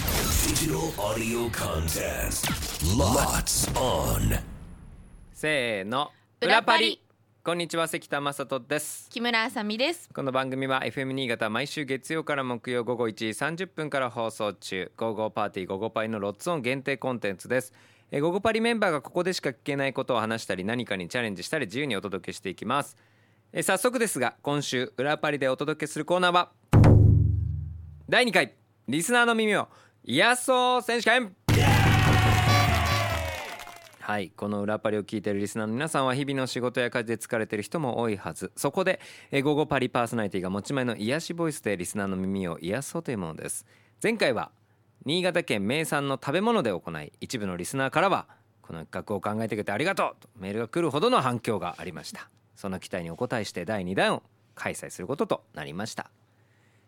Digital audio contest. Lots on. せーの裏パリこんにちは関田正人です木村あさみですこの番組は FM 新潟毎週月曜から木曜午後1時30分から放送中「午後パーティー午後パイ」のロッツオン限定コンテンツですえー午後パリメンバーがここでしか聞けないことを話したり何かにチャレンジしたり自由にお届けしていきますえー早速ですが今週裏パリでお届けするコーナーは第2回リスナーの耳を癒やそう選手権はいこの裏パリを聞いているリスナーの皆さんは日々の仕事や家事で疲れている人も多いはずそこでえー午後パリパーソナリティが持ち前の癒しボイスでリスナーの耳を癒やそうというものです前回は新潟県名産の食べ物で行い一部のリスナーからはこの企画を考えてくれてありがとうとメールが来るほどの反響がありましたその期待にお応えして第2弾を開催することとなりました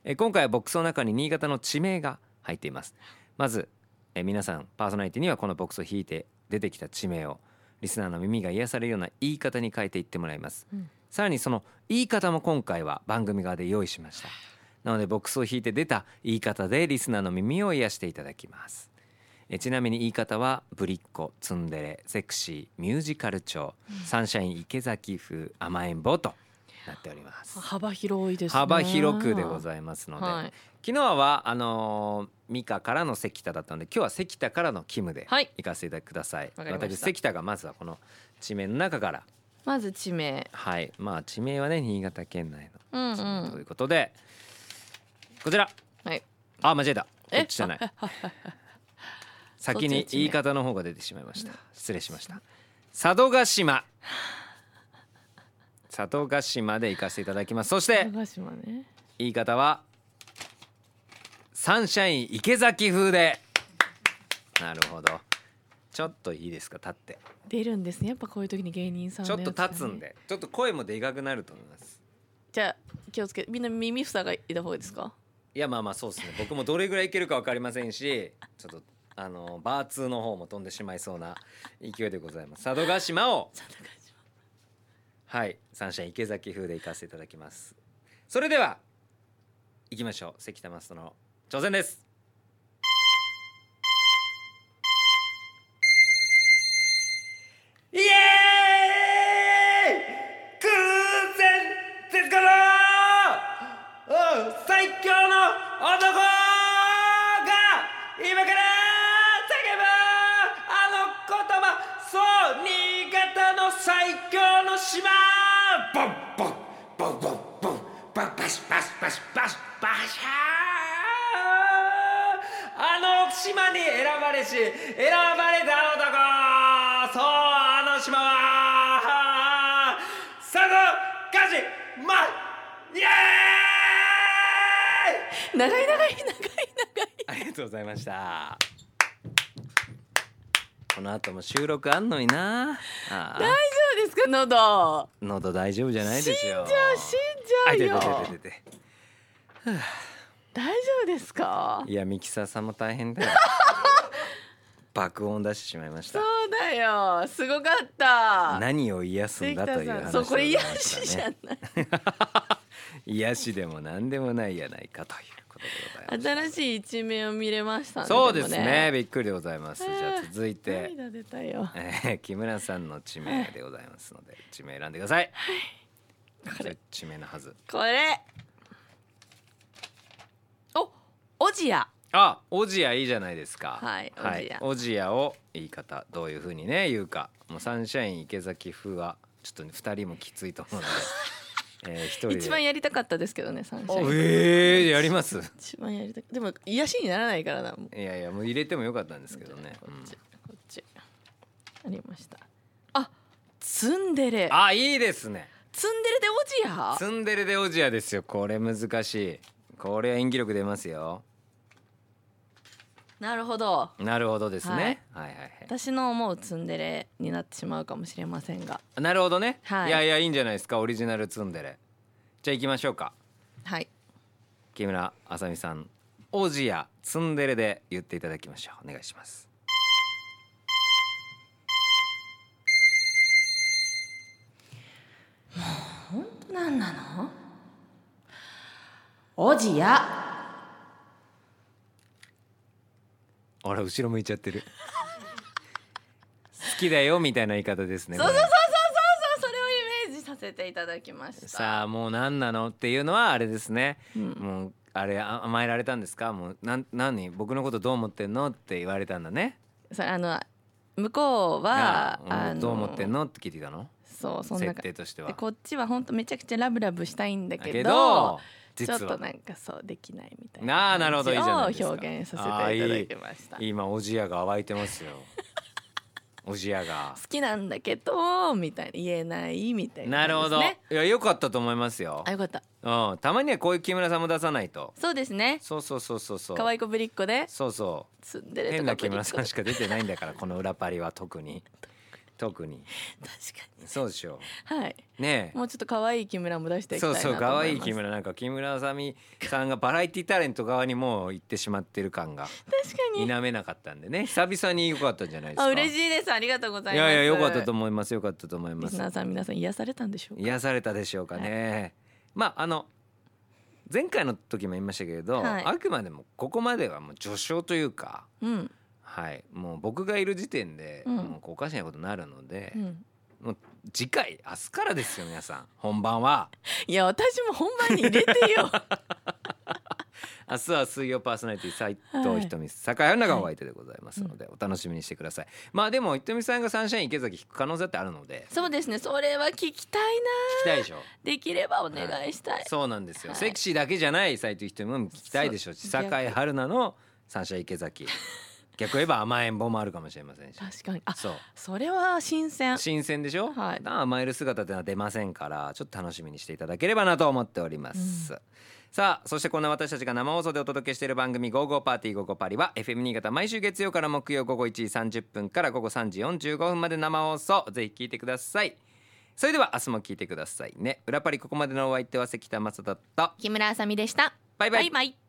えー今回はボックスの中に新潟の地名が入っていますまずえー皆さんパーソナリティにはこのボックスを引いて出てきた地名をリスナーの耳が癒されるような言い方に変えていってもらいます、さらにその言い方も今回は番組側で用意しましたなのでボックスを引いて出た言い方でリスナーの耳を癒していただきますえちなみに言い方はぶりっ子ツンデレセクシーミュージカル調サンシャイン池崎風甘えん坊となっております幅広いで幅広くでございますので、はい昨日はあのーミカからの関田だったので今日は関田からのキムではい行かせてください、わかりました私関田がまずはこの地名の中からまず地名はいまあ地名はね新潟県内うんうの地名といんうことで、こちらはいあ間違えたこえっちじゃ ない先そにっち言い方の方が出てしまいました失礼しました佐渡島佐渡島で行かせていただきますそして長島ね言い方はサンシャイン池崎風でなるほどちょっといいですか立って出るんですねやっぱこういう時に芸人さんちのょやっつとがね立つんでちょっと声もでかくなると思いますじゃあ気をつけみんな耳塞がいた方がいいですかいやまあまあそうですね僕もどれぐらいいけるか分かりませんしちょっとあのバーツーの方も飛んでしまいそうな勢いでございます佐渡島を佐渡島はいサンシャイン池崎風で行かせていただきますそれでは行きましょう関田マストの挑戦ですイエーイ空前絶後のうん最強の男が今から叫ぶあの言葉そう新潟の最強の島ボンボンボンボンボンバンバシバシバシバシバシャーあの島に選ばれし選ばれた男そうあの島は佐渡ガジマイエーイ長い長い長い長いありがとうございましたこの後も収録あんのになあ大あ丈夫ですか喉喉大丈夫じゃないで死んすじゃよう死んじゃうあ痛い痛い痛い痛よい痛い大丈夫ですかいやミキサーさんも大変だよ爆音出してしまいましそたうだよすごかった何を癒すんだという関田話さでんそごうこれざい癒まししじゃたなねい 癒しでも何でもないやないかということでございます新しい一面を見れましたね。そうですねもね。びっくりでございますじゃあ続いて、涙出たよ。えー木村さんの地名でございますので地名選んでくださいこれ地名のはずこれ。お、オジア。あオジアいいじゃないですかはいオジアオジアを言い方どういうふうにね言うかもうサンシャイン池崎風はちょっと2人もきついと思うの でえー一人で一番やりたかったですけどね、サンシおャイン。えー、やります一番やりたかでも癒しにならないからな。もういやいやもう入れてもよかったんですけどね、こうんっち、こっち。ありました。あ、ツンデレ。あいいですねツンデレでオジア。ツンデレでオジアですよこれ難しいこれは演技力出ますよなるほど。なるほどですね、はい、はいはい私の思うツンデレになってしまうかもしれませんが。なるほどね、はいいやいやいいんじゃないですかオリジナルツンデレじゃあ行きましょうかはい。木村あさみさん王子やツンデレで言っていただきましょうお願いしますなんなのオジアあら後ろ向いちゃってる好きだよみたいな言い方ですねそうそうこそうれそうそうそうそれをイメージさせていただきましたさあもう何なのっていうのはあれですね、うんもうあれあ甘えられたんですかもうなん何僕のことどう思ってんのって言われたんだねそれあの向こうはなああのどう思ってんのって聞いてたのそうそんな設か定としてはでこっちは本当めちゃくちゃラブラブしたいんだだけどちょ実っとはなんかそうできないみたいななあなるほどいいじゃないですかを表現させていただきました今おじやが湧いてます よおじやが好きなんだけどみたいな言えないみたいななる感ほじど、ですね、いや良かったと思いますよあよかったうんたまにはこういう木村さんも出さないとそうですねそうそうそうそうそう可愛い子ぶりっ子でそうそうツンデレと変かなぶ木りっ子村でさんしか出てないんだからこの裏パリは特に特に確そうでしょかにはいうねもうちょっと可愛い木村も出してえいきたいそうなとそ思ういます可愛い木村なんか木村あさみさんがバラエティタレント側にもう行ってしまってる感が確か否にめなかったんでね久々に良かったんじゃないですかあ嬉しいですありがとうございますいやいや良かったと思います良かったと思いまリすスナーさん皆さん癒されたんでしょうか癒されたでしょうかね、まああの前回の時も言いましたけれど、はいあくまでもここまではもう序章というかうんはいもう僕がいる時点で、うんもうおかしなことになるので、うん次回明日からですよ皆さん本番はいや私も本番に入れてよ明日は水曜パーソナリティ斉藤ひとみ酒井アンナがお相手でございますので、お楽しみにしてくださいまあでもひとみさんがサンシャイン池崎引く可能性だってあるので そうですねそれは聞きたいな聞きたいでしょできればお願いしたい、そうなんですよ、はいセクシーだけじゃない斉藤ひとみも聞きたいでしょうしそう酒井春菜の三者池崎 逆を言えば甘えん坊もあるかもしれませんし確かにあそうそれは新鮮新鮮でしょ、はい甘える姿ってのは出ませんからちょっと楽しみにしていただければなと思っております、さあそしてこんな私たちが生放送でお届けしている番組「GO!GO! パーティー GO!GO! パリ」は FM 新潟毎週月曜から木曜午後1時30分から午後3時45分まで生放送ぜひ聞いてくださいそれでは明日も聞いてくださいね裏パリここまでのお相手は関田正人と木村あさみでしたバイバイバイバイ